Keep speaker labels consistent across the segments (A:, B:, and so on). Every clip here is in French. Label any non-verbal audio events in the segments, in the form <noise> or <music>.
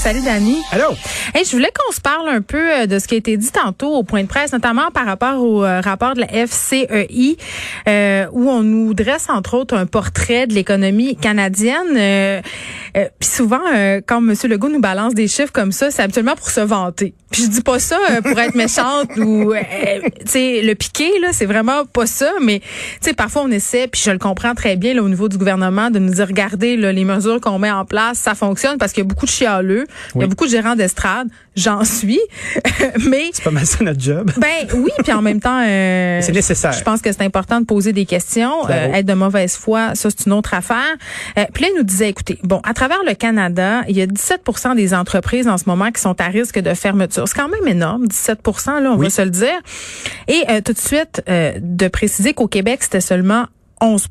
A: Salut Dani.
B: Allô?
A: Hey, je voulais qu'on se parle un peu euh, de ce qui a été dit tantôt au point de presse, notamment par rapport au euh, rapport de la FCEI, euh, où on nous dresse entre autres un portrait de l'économie canadienne. Euh, euh, Puis souvent, euh, quand M. Legault nous balance des chiffres comme ça, c'est absolument pour se vanter. Puis je dis pas ça euh, pour être méchante ou euh, tu sais le piqué là, c'est vraiment pas ça. Mais tu sais parfois on essaie, puis je le comprends très bien là, au niveau du gouvernement de nous dire regardez là, les mesures qu'on met en place, ça fonctionne parce qu'il y a beaucoup de chialeux, il y a
B: Oui.
A: beaucoup de gérants d'estrade, j'en suis, <laughs> mais
B: C'est pas mal ça notre job.
A: ben oui, puis en même temps, euh,
B: C'est nécessaire.
A: Je pense que c'est important de poser des questions.
B: Bravo.
A: Euh, être de mauvaise foi, ça c'est une autre affaire. Euh, puis là, il nous disait, écoutez, bon, à travers le Canada, il y a 17% des entreprises en ce moment qui sont à risque de fermeture. C'est quand même énorme, 17%, là, on
B: Oui.
A: va se le dire. Et euh, tout de suite, euh, de préciser qu'au Québec, c'était seulement 11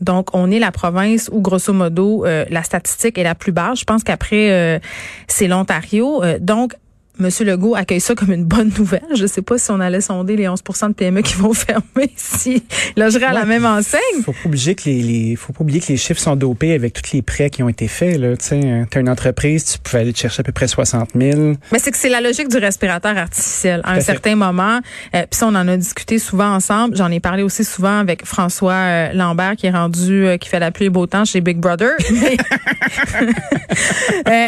A: Donc, on est la province où, grosso modo, euh, la statistique est la plus basse. Je pense qu'après, euh, c'est l'Ontario. Euh, donc, Monsieur Legault accueille ça comme une bonne nouvelle. Je ne sais pas si on allait sonder les 11 de PME qui vont <laughs> fermer, si logerait à la
B: Ouais,
A: même enseigne.
B: Faut pas oublier que les, les- faut pas oublier que les chiffres sont dopés avec tous les prêts qui ont été faits. Là, tu as une entreprise, tu pouvais aller te chercher à peu près 60 000.
A: Mais c'est que c'est la logique du respirateur artificiel. À un
B: à fait.
A: certain moment, euh, puis ça, on en a discuté souvent ensemble. J'en ai parlé aussi souvent avec François euh, Lambert, qui est rendu, euh, qui fait la pluie et beau temps chez Big Brother. <laughs> Mais, Euh,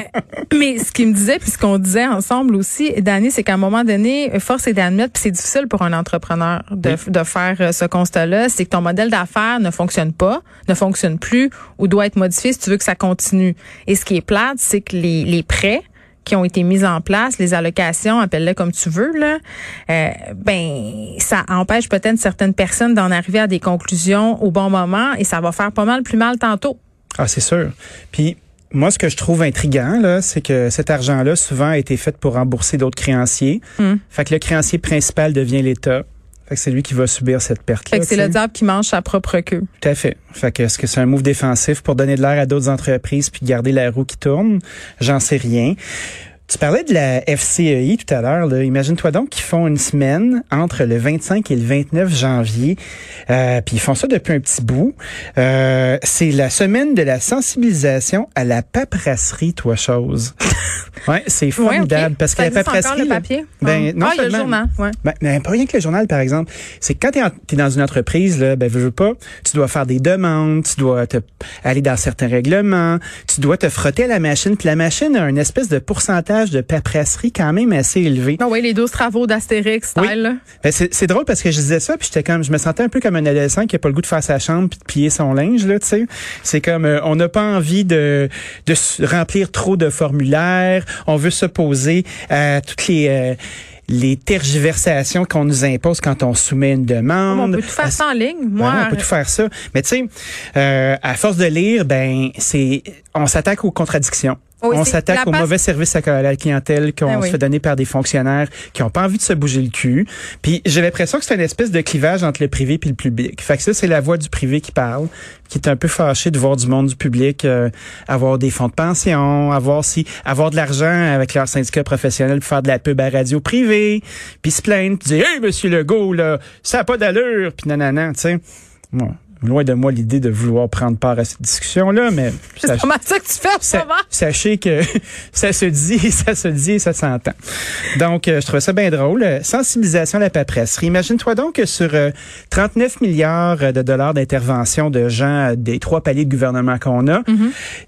A: mais ce qu'il me disait, puis ce qu'on disait ensemble aussi, Danny, c'est qu'à un moment donné, force est d'admettre, puis c'est difficile pour un entrepreneur de, de faire euh, ce constat-là, c'est que ton modèle d'affaires ne fonctionne pas, ne fonctionne plus ou doit être modifié si tu veux que ça continue. Et ce qui est plate, c'est que les, les prêts qui ont été mises en place, les allocations, appelle-le comme tu veux, là, euh, ben ça empêche peut-être certaines personnes d'en arriver à des conclusions au bon moment et ça va faire pas mal plus mal tantôt.
B: Ah, c'est sûr. Puis moi, ce que je trouve intriguant, là, c'est que cet argent-là, souvent, a été fait pour rembourser d'autres créanciers.
A: Hmm.
B: Fait que le créancier principal devient l'État. Fait que c'est lui qui va subir cette perte-là.
A: Fait que c'est
B: tu
A: le
B: sais.
A: diable qui mange sa propre queue.
B: Tout à fait. Fait que est-ce que c'est un move défensif pour donner de l'air à d'autres entreprises puis garder la roue qui tourne? J'en sais rien. Tu parlais de la FCEI tout à l'heure. là. Imagine-toi donc qu'ils font une semaine entre le 25 et le 29 janvier. Euh, puis ils font ça depuis un petit bout. Euh, c'est la semaine de la sensibilisation à la paperasserie, toi,
A: <laughs>
B: chose. ouais, c'est formidable.
A: Ouais, ok.
B: Parce que
A: Ça
B: la
A: existe
B: paperasserie...
A: encore, le
B: là,
A: papier? Ouais.
B: Ben, non
A: Ah, il y a le
B: seulement-
A: journal, ouais.
B: ben, ben, pas rien que le journal, par exemple. C'est que quand tu es, dans une entreprise, là, ben, veux, veux pas, tu dois faire des demandes, tu dois te- aller dans certains règlements, tu dois te frotter à la machine. Puis la machine a un espèce de pourcentage de paperasserie quand même assez élevé.
A: Non, Ah oui, les 12 travaux d'Astérix, style.
B: Oui.
A: là.
B: Ben, c'est c'est drôle parce que je disais ça, puis j'étais comme, je me sentais un peu comme un adolescent qui a pas le goût de faire sa chambre puis de plier son linge, là, tu sais. C'est comme, euh, on n'a pas envie de, de s- remplir trop de formulaires, on veut s'opposer à toutes les... euh, les tergiversations qu'on nous impose quand on soumet une demande.
A: On peut tout
B: À-
A: faire ça en ligne.
B: ben
A: Moi,
B: non, on peut tout faire ça. Mais tu sais, euh, à force de lire, ben c'est, on s'attaque aux contradictions.
A: Oui,
B: on
A: c'est
B: s'attaque
A: la
B: aux
A: passe-
B: mauvais services à à la clientèle qu'on
A: Ben
B: se
A: oui.
B: fait donner par des fonctionnaires qui ont pas envie de se bouger le cul. Puis j'ai l'impression que c'est une espèce de clivage entre le privé puis le public. Fait que ça c'est la voix du privé qui parle, qui est un peu fâché de voir du monde du public euh, avoir des fonds de pension, avoir si avoir de l'argent avec leur syndicat professionnel pour faire de la pub à radio privée, puis se plaindre, puis dire hey monsieur Legault là, ça a pas d'allure, puis nanana, tu sais. Bon, loin de moi l'idée de vouloir prendre part à cette discussion là, mais
A: c'est
B: sach-
A: vraiment ça que tu fais en ce
B: sa-
A: moment.
B: sachez que <laughs> ça se dit, <laughs> ça se dit et ça s'entend. Donc, euh, je trouvais ça bien drôle. Euh, Sensibilisation à la paperasserie. Imagine-toi donc que sur euh, 39 milliards de dollars d'intervention de gens euh, des trois paliers de gouvernement qu'on a,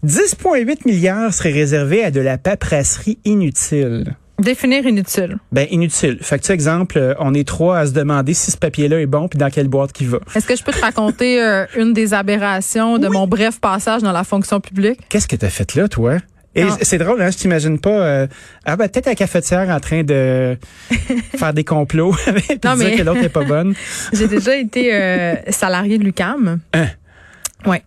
B: 10,8 milliards seraient réservés à de la paperasserie inutile.
A: Définir inutile.
B: Ben, inutile. Fait que, tu sais, exemple, euh, on est trois à se demander si ce papier-là est bon puis dans quelle boîte qu'il va.
A: Est-ce que je peux te raconter euh, une des aberrations de mon bref passage dans la fonction publique?
B: Qu'est-ce que t'as fait là, toi? Et
A: Non.
B: c'est drôle, hein, je t'imagine pas. euh, ah ben peut-être à la cafetière en
A: <laughs>
B: train de faire des complots <laughs> puis
A: Non,
B: dire
A: mais- <laughs>
B: que l'autre est pas bonne. Hein?
A: J'ai déjà été euh, salarié de l'UCAM. Oui.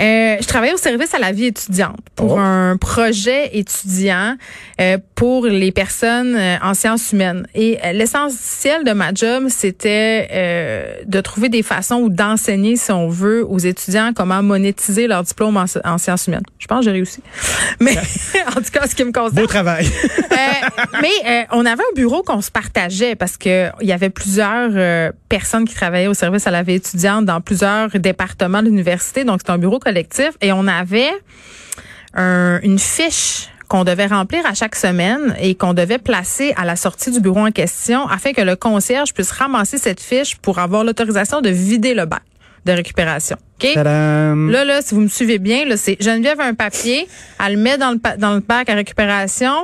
A: Euh, je travaille au service à la vie étudiante pour
B: Oh.
A: un projet étudiant euh, pour les personnes euh, en sciences humaines. Et euh, l'essentiel de ma job, c'était euh, de trouver des façons ou d'enseigner, si on veut, aux étudiants comment monétiser leur diplôme en, en sciences humaines. Je pense que j'ai réussi.
B: <laughs>
A: Mais en tout cas, ce qui me concerne,
B: Beau travail.
A: <laughs> euh, mais euh, on avait un bureau qu'on se partageait parce que il y avait plusieurs euh, personnes qui travaillaient au service à la vie étudiante dans plusieurs départements de l'université. Donc, c'est un bureau collectif et on avait un- une fiche qu'on devait remplir à chaque semaine et qu'on devait placer à la sortie du bureau en question afin que le concierge puisse ramasser cette fiche pour avoir l'autorisation de vider le bac de récupération. OK?
B: Tadam.
A: Là, là, si vous me suivez bien, là, c'est Geneviève a un papier, elle le met dans le, pa- dans le bac à récupération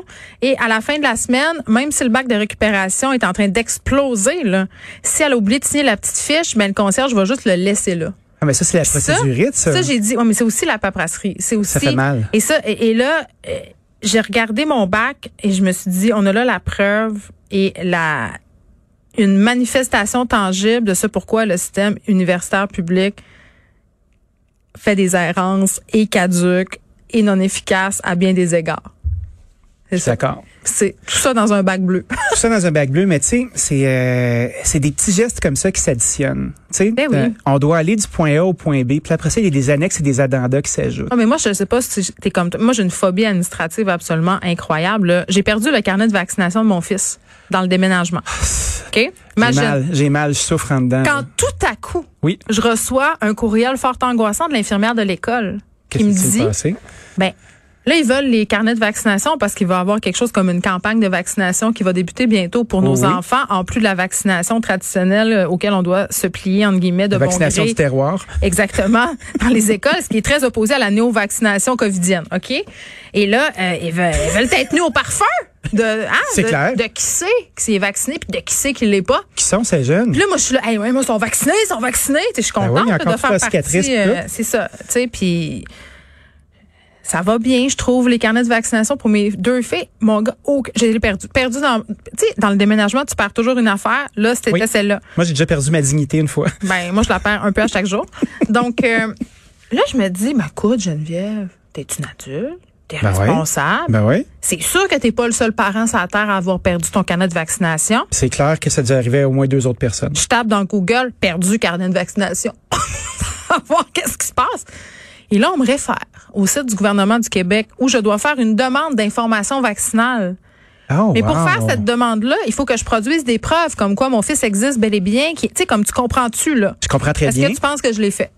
A: et à la fin de la semaine, même si le bac de récupération est en train d'exploser, là, si elle a oublié de signer la petite fiche, ben, le concierge va juste le laisser là.
B: Ah, mais ça, c'est la procédurite, ça.
A: Ça, j'ai dit, ouais, mais c'est aussi la paperasserie. C'est aussi.
B: Ça fait mal.
A: Et ça, et, et là, euh, j'ai regardé mon bac et je me suis dit, on a là la preuve et la une manifestation tangible de ce pourquoi le système universitaire public fait des errances et caduque et non efficace à bien des égards.
B: Je suis d'accord.
A: C'est tout ça dans un bac bleu.
B: Tout ça dans un bac bleu, mais tu sais, c'est euh, c'est des petits gestes comme ça qui s'additionnent. Tu sais,
A: Ben oui.
B: Euh, on doit aller du point A au point B, puis après ça, il y a des annexes et des addendas qui s'ajoutent.
A: Non, mais moi, je sais pas si t'es comme toi. Moi, j'ai une phobie administrative absolument incroyable. là. J'ai perdu le carnet de vaccination de mon fils dans le
B: <sighs>
A: déménagement. OK?
B: J'ai
A: Imagine.
B: mal, j'ai mal, je souffre en dedans.
A: Quand tout à coup,
B: Oui.
A: je reçois un courriel fort angoissant de l'infirmière de l'école qui
B: Qu'est-ce
A: me
B: qui s'est
A: dit,
B: passé?
A: ben, là, ils veulent les carnets de vaccination parce qu'il va y avoir quelque chose comme une campagne de vaccination qui va débuter bientôt pour
B: Oh
A: nos
B: oui.
A: enfants, en plus de la vaccination traditionnelle euh, auquel on doit se plier, entre guillemets, de
B: La vaccination
A: bon gré.
B: du terroir.
A: Exactement, <laughs> dans les écoles, ce qui est très opposé à la néo-vaccination covidienne, OK? Et là, euh, ils, veulent, ils veulent être nus au parfum de, hein,
B: C'est
A: de,
B: clair.
A: de qui c'est qui est vacciné puis de qui c'est qui l'est pas.
B: Qui sont ces jeunes?
A: Puis là, moi, je suis là, hey, ouais, moi, ils sont vaccinés, ils sont vaccinés. Tu sais, Je suis
B: Ben oui,
A: contente
B: il y a
A: là,
B: encore
A: de faire
B: toute la cicatrice,
A: partie. euh,
B: là.
A: c'est ça. Tu sais, puis ça va bien, je trouve, les carnets de vaccination pour mes deux filles. Mon gars, oh, que- je l'ai perdu. Perdu dans, tu sais, dans le déménagement, tu perds toujours une affaire. Là, c'était
B: Oui.
A: celle-là.
B: Moi, j'ai déjà perdu ma dignité une fois.
A: Ben, moi, je la perds un peu à chaque jour. Donc, euh, là, je me dis, ben, écoute, Geneviève, t'es une adulte, t'es
B: Ben ouais.
A: responsable.
B: Ben oui.
A: C'est sûr que t'es pas le seul parent sur la terre à avoir perdu ton carnet de vaccination.
B: C'est clair que ça devait arriver à au moins deux autres personnes.
A: Je tape dans Google, perdu carnet de vaccination. <laughs> Pour voir qu'est-ce qui se passe. Et là, on me réfère au site du gouvernement du Québec où je dois faire une demande d'information vaccinale.
B: Oh,
A: Mais pour
B: wow.
A: faire cette demande-là, il faut que je produise des preuves comme quoi mon fils existe bel et bien. qui- Tu sais, comme tu comprends-tu, là.
B: Je comprends très
A: Est-ce
B: bien.
A: que tu penses que je l'ai fait?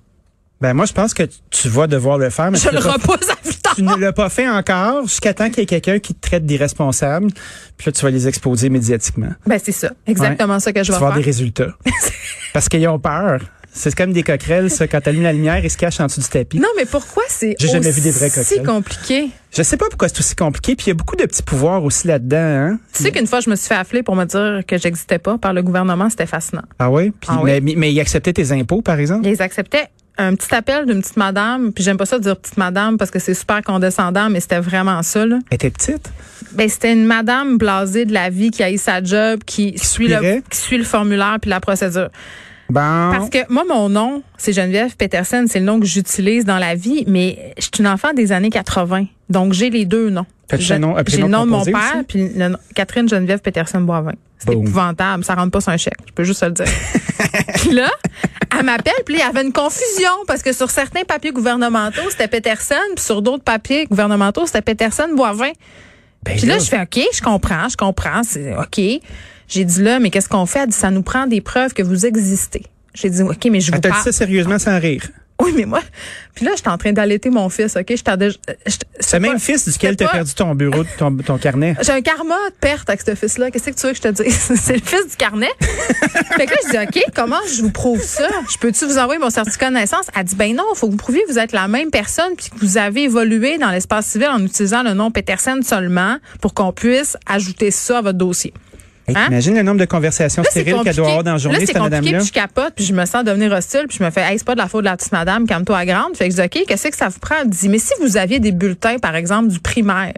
B: Ben moi, je pense que tu- tu vas devoir le faire, mais
A: <laughs> Je
B: tu
A: le
B: l'as pas-
A: repousse à plus tard.
B: tu ne l'as pas fait encore jusqu'à temps qu'il y ait quelqu'un qui te traite d'irresponsable. Puis là, tu vas les exposer médiatiquement.
A: Ben, c'est ça. Exactement ça que je vais
B: Tu vas avoir
A: faire.
B: des résultats. Parce qu'ils ont peur. C'est comme des coquerelles, ça, quand t'allumes la lumière, ils se cachent en dessous du
A: <laughs>
B: tapis.
A: Non, mais pourquoi c'est
B: J'ai jamais vu des vrais
A: aussi
B: cocktails.
A: compliqué?
B: Je sais pas pourquoi c'est aussi compliqué, puis il y a beaucoup de petits pouvoirs aussi là-dedans, hein?
A: Tu sais qu'une fois, je me suis fait affaler pour me dire que j'existais pas par le gouvernement. C'était fascinant.
B: Ah oui? Puis,
A: Ah oui.
B: Mais, mais, mais ils acceptaient tes impôts, par exemple?
A: Ils acceptaient un petit appel d'une petite madame, puis j'aime pas ça dire petite madame parce que c'est super condescendant, mais c'était vraiment ça. Là.
B: Elle était petite.
A: Ben, c'était une madame blasée de la vie qui a eu sa job, qui, suit le,
B: soupirait.
A: qui suit le formulaire puis la procédure.
B: Bon.
A: Parce que moi, mon nom, c'est Geneviève Peterson, c'est le nom que j'utilise dans la vie, mais je suis une enfant des années 80, donc j'ai les deux noms.
B: T'as-tu
A: Je-
B: un nom- un
A: J'ai le
B: prénom
A: nom de mon
B: composé
A: père,
B: aussi?
A: puis le nom- Catherine Geneviève Peterson Boivin. C'est
B: Boom.
A: épouvantable, ça rentre pas sur un chèque, je peux juste te
B: <laughs>
A: le dire. puis là, elle m'appelle, puis là, il y avait une confusion, parce que sur certains papiers gouvernementaux, c'était Peterson, puis sur d'autres papiers gouvernementaux, c'était Peterson Boivin.
B: Ben
A: Puis là, je fais OK, je comprends, je comprends, c'est OK. J'ai dit là, mais qu'est-ce qu'on fait? Elle dit, ça nous prend des preuves que vous existez. J'ai dit, OK, mais je vous
B: Elle t'a dit
A: parle.
B: ça sérieusement sans rire.
A: Oui, mais moi. Puis là, j'étais en train d'allaiter mon fils, OK? J'étais déjà. j'étais-
B: Ce même fils duquel
A: c'était
B: t'as
A: pas- Euh,
B: perdu ton bureau, ton, ton carnet.
A: J'ai un karma de perte avec ce fils-là. Qu'est-ce que tu veux que je te dise? <laughs> C'est le fils du carnet. fait que là, je dis, OK, comment je vous prouve ça? Je peux-tu vous envoyer mon certificat de naissance? Elle dit, ben non, faut que vous prouviez que vous êtes la même personne puis que vous avez évolué dans l'espace civil en utilisant le nom Peterson seulement pour qu'on puisse ajouter ça à votre dossier.
B: Hey,
A: Hein?
B: Imagine le nombre de conversations
A: Là, c'est
B: stériles qu'elle doit
A: compliqué.
B: avoir dans la
A: Là,
B: journée,
A: c'est
B: cette
A: compliqué,
B: madame-là.
A: puis je capote, puis je me sens devenir hostile, puis je me fais, hey, c'est pas de la faute de la petite madame, calme-toi à grande. Fait que je dis, OK, qu'est-ce que ça vous prend? Elle dit, mais si vous aviez des bulletins, par exemple, du primaire.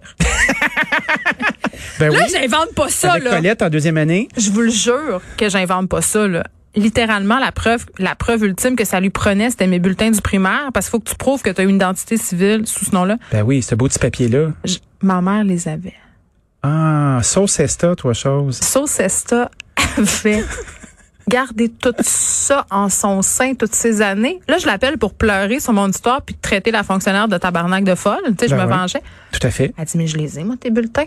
B: Ben
A: Là,
B: oui.
A: j'invente pas ça,
B: Ben Avec
A: là.
B: Colette en deuxième année.
A: Je vous le jure que j'invente pas ça, là. littéralement la preuve, la preuve ultime que ça lui prenait, c'était mes bulletins du primaire, parce qu'il faut que tu prouves que tu as une identité civile sous ce nom-là.
B: Ben oui, ce beau petit papier-là.
A: Je- Ma mère les avait.
B: Ah, sauce esta, toi, chose.
A: Saucesta avait gardé tout ça en son sein toutes ces années. Là, je l'appelle pour pleurer sur mon histoire puis traiter la fonctionnaire de tabarnak de folle. Tu sais, je
B: Ben
A: me
B: ouais.
A: vengeais.
B: Tout à fait.
A: Elle dit, mais je les ai, moi, tes bulletins.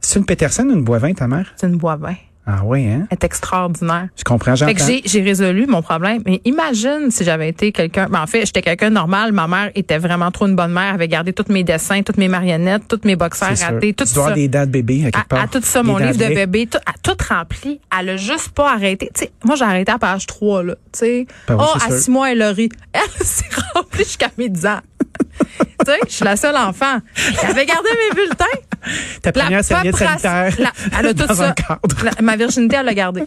B: C'est une Peterson ou une Boivin, ta mère?
A: C'est une bois vin.
B: Ah oui, hein?
A: Elle est extraordinaire.
B: Je comprends,
A: Fait que
B: j'entends.
A: j'ai, j'ai résolu mon problème. Mais imagine si j'avais été quelqu'un. ben, en fait, j'étais quelqu'un de normal. Ma mère était vraiment trop une bonne mère. Elle avait gardé tous mes dessins, toutes mes marionnettes, toutes mes boxeurs
B: C'est
A: ratés,
B: sûr.
A: tout
B: Tu dois
A: ça.
B: avoir des dates bébé à quelque part.
A: À, à tout ça,
B: Des
A: mon
B: dents
A: livre de
B: lait.
A: bébé, tout, à tout rempli. Elle a juste pas arrêté. Tu sais, moi, j'ai arrêté à page 3, là. Tu sais,
B: Ben oui,
A: oh,
B: c'est
A: à
B: sûr.
A: 6 mois, elle a ri. <laughs> Elle s'est remplie jusqu'à mes 10 ans. <laughs> tu sais, je suis la seule enfant. J'avais gardé mes bulletins.
B: Ta
A: La
B: première serviette
A: paperasse-
B: sanitaire.
A: la-
B: <laughs>
A: elle a tout
B: dans
A: ça.
B: un cadre.
A: La- ma virginité, elle l'a gardée.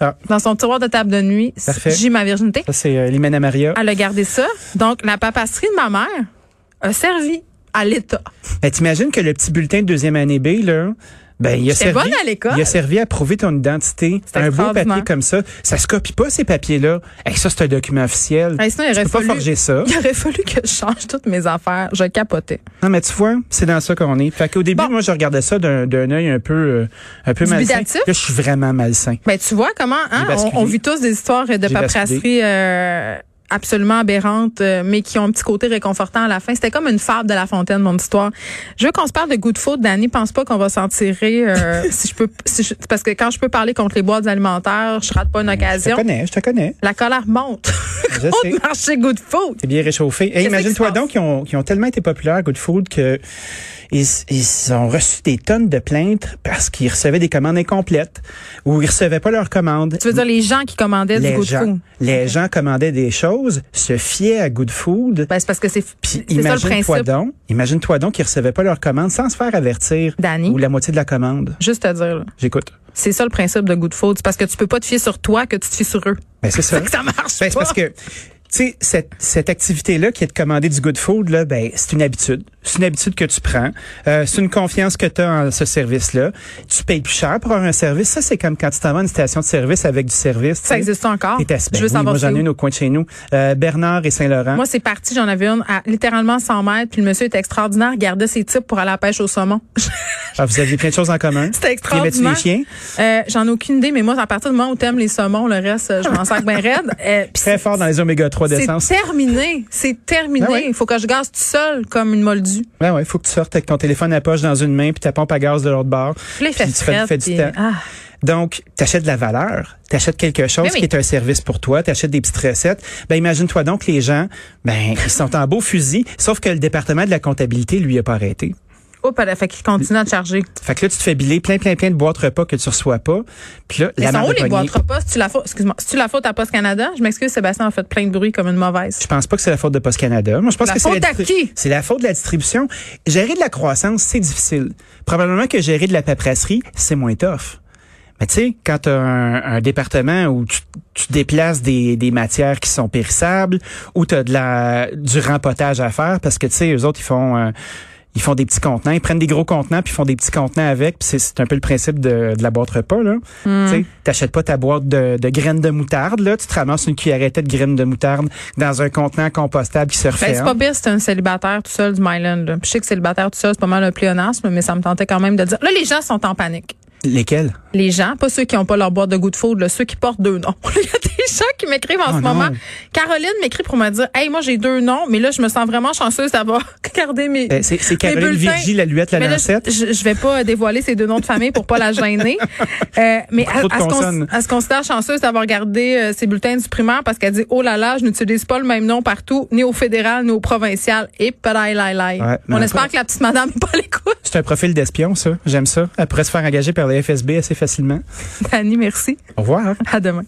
B: Ah.
A: Dans son tiroir de table de nuit,
B: Parfait.
A: j'ai ma virginité.
B: Ça, c'est euh, Limana Maria.
A: Elle a gardé ça. Donc, la papasserie de ma mère a servi à l'État.
B: Ben, t'imagines que le petit bulletin de deuxième année B, là, ben, il a
A: J'étais
B: servi.
A: bonne à l'école.
B: Il a servi à prouver ton identité.
A: C'est
B: Un beau
A: extraordinaire.
B: papier comme ça. Ça se copie pas, ces papiers-là. Hey, ça, c'est un document officiel.
A: Hey, sinon, il
B: tu
A: aurait
B: peux pas
A: fallu-
B: forger ça.
A: <laughs> Il aurait fallu que je change toutes mes affaires. Je capotais.
B: Non, mais tu vois, c'est dans ça qu'on est. Fait qu'au début,
A: Bon.
B: moi, je regardais ça d'un, d'un œil un peu, euh, un peu malsain.
A: Dubitatif.
B: Là, je suis vraiment malsain.
A: Ben, tu vois comment hein,
B: J'ai basculé.
A: on, on vit tous des histoires de
B: J'ai basculé.
A: paperasserie euh, absolument aberrantes, euh, mais qui ont un petit côté réconfortant à la fin. C'était comme une fable de La Fontaine, mon histoire. Je veux qu'on se parle de goût de faute. Dani, pense pas qu'on va s'en tirer.
B: <laughs>
A: euh, si je peux, si je- parce que quand je peux parler contre les boîtes alimentaires, je rate pas une
B: Je te
A: occasion.
B: connais, je te connais.
A: La colère monte. <laughs>
B: Je sais.
A: Contre marché goût de faute.
B: T'es bien réchauffé. Et
A: Qu'est-ce
B: imagine-toi
A: qui se
B: donc qu'ils ont, qu'ils ont tellement été populaires, Good Food, que ils, ils ont reçu des tonnes de plaintes parce qu'ils recevaient des commandes incomplètes ou ils recevaient pas leurs commandes.
A: Tu veux dire les gens qui commandaient du
B: les
A: goût de
B: gens,
A: faute?
B: les gens commandaient des choses, se fiaient à Good Food.
A: Ben, c'est parce que c'est
B: puis
A: c'est ça le
B: imagine-toi
A: principe.
B: donc, imagine-toi donc qu'ils recevaient pas leurs commandes sans se faire avertir
A: Danny.
B: ou la moitié de la commande.
A: Juste à dire, là.
B: J'écoute.
A: c'est ça le principe de goût de faute. C'est parce que tu peux pas te fier sur toi que tu te fies sur eux. <laughs>
B: Ben, c'est ça.
A: Fait que ça marche
B: Ben, c'est
A: pas.
B: parce que, tu sais, cette, cette activité-là qui est de commander du good food, là, ben, c'est une habitude. C'est une habitude que tu prends. Euh, c'est une confiance que tu as en ce service-là. Tu payes plus cher pour avoir un service. Ça, c'est comme quand tu t'en vas à une station de service avec du service.
A: Ça existe encore.
B: T'es assis-
A: Je
B: ben
A: veux
B: oui,
A: savoir
B: moi, j'en
A: c'est
B: ai
A: où.
B: une au coin de chez nous. Euh, Bernard et Saint-Laurent.
A: Moi, c'est parti, j'en avais une à littéralement 100 mètres, puis le monsieur était extraordinaire, il gardait ses types pour aller à la pêche au saumon. <laughs>
B: Ah, vous aviez plein de choses en commun.
A: C'était
B: T'aimais-tu
A: extraordinaire.
B: les chiens?
A: Euh, j'en ai aucune idée, mais moi, à partir du moment où t'aimes les saumons, le reste, euh, je m'en sers bien raide.
B: <laughs>
A: Euh, puis
B: Très fort dans les oméga 3
A: c'est
B: d'essence.
A: terminé, c'est terminé.
B: Ben oui.
A: Il faut que je gasse tout seul comme une moldue.
B: Ben ouais, faut que tu sortes avec ton téléphone à poche dans une main puis ta pompe à gaz de l'autre bord.
A: Je l'ai fait
B: Puis tu fais-
A: frette,
B: fais du
A: puis-
B: temps.
A: ah.
B: Donc, t'achètes de la valeur, t'achètes quelque chose
A: Mais oui.
B: qui est un service pour toi, t'achètes des petites recettes. Ben imagine-toi donc les gens, ben ils sont en beau fusil, sauf que le département de la comptabilité lui a pas arrêté.
A: Oups, elle a fait qu'il continue à te charger.
B: Fait que là tu te fais biller plein plein plein de boîtes repas que tu reçois pas. Puis là
A: Mais
B: la
A: sont
B: marde
A: où
B: de
A: les
B: poignée-
A: boîtes repas? C'est-tu la faute, excuse-moi, c'est-tu la faute à Post Canada? Je m'excuse, Sébastien a fait plein de bruit comme une mauvaise.
B: Je pense pas que c'est la faute de Post Canada. Moi je pense
A: La
B: que c'est
A: faute à
B: distri-
A: qui?
B: C'est la faute de la distribution. Gérer de la croissance, c'est difficile. Probablement que gérer de la paperasserie, c'est moins tough. Mais tu sais, quand tu un, un département où tu, tu déplaces des, des matières qui sont périssables, où tu as de la, du rempotage à faire, parce que tu sais, eux autres, ils font... euh, ils font des petits contenants, ils prennent des gros contenants puis ils font des petits contenants avec, puis c'est- c'est un peu le principe de, de la boîte repas là.
A: Hmm.
B: Tu sais, t'achètes pas ta boîte de, de graines de moutarde là, tu te ramasses une cuillère à de graines de moutarde dans un contenant compostable qui se
A: Ben,
B: referme.
A: c'est pas pire si t'es un célibataire tout seul du Myland. là. Puis Je sais que célibataire tout seul, c'est pas mal un pléonasme, mais ça me tentait quand même de dire. Là, les gens sont en panique.
B: Lesquels
A: Les gens, pas ceux qui n'ont pas leur boîte de goût de food, là, ceux qui portent deux noms. <laughs> Il y a des gens qui m'écrivent en
B: Oh
A: ce
B: non.
A: moment. Caroline m'écrit pour me dire Hey, moi j'ai deux noms, mais là, je me sens vraiment chanceuse d'avoir <laughs> gardé mes.
B: Ben, c'est- c'est Caroline
A: mes bulletins.
B: Virgie, la Luette, la
A: Mais là,
B: Lancette.
A: je, je vais pas dévoiler ces deux noms de famille pour pas la
B: <laughs>
A: gêner. Euh, mais
B: Beaucoup
A: elle,
B: trop de
A: elle se cons-
B: consonnes.
A: elle se considère chanceuse d'avoir gardé euh, ses bulletins du primaire parce qu'elle dit Oh là là, je n'utilise pas le même nom partout, ni au fédéral, ni au provincial. Et padaille, laille, laille.
B: Ouais, mais
A: On
B: en
A: espère
B: fait-
A: que la petite madame n'est pas à l'écoute. <laughs>
B: C'est un profil d'espion ça, j'aime ça. Elle pourrait se faire engager par les FSB assez facilement.
A: Annie, merci.
B: Au revoir.
A: À demain.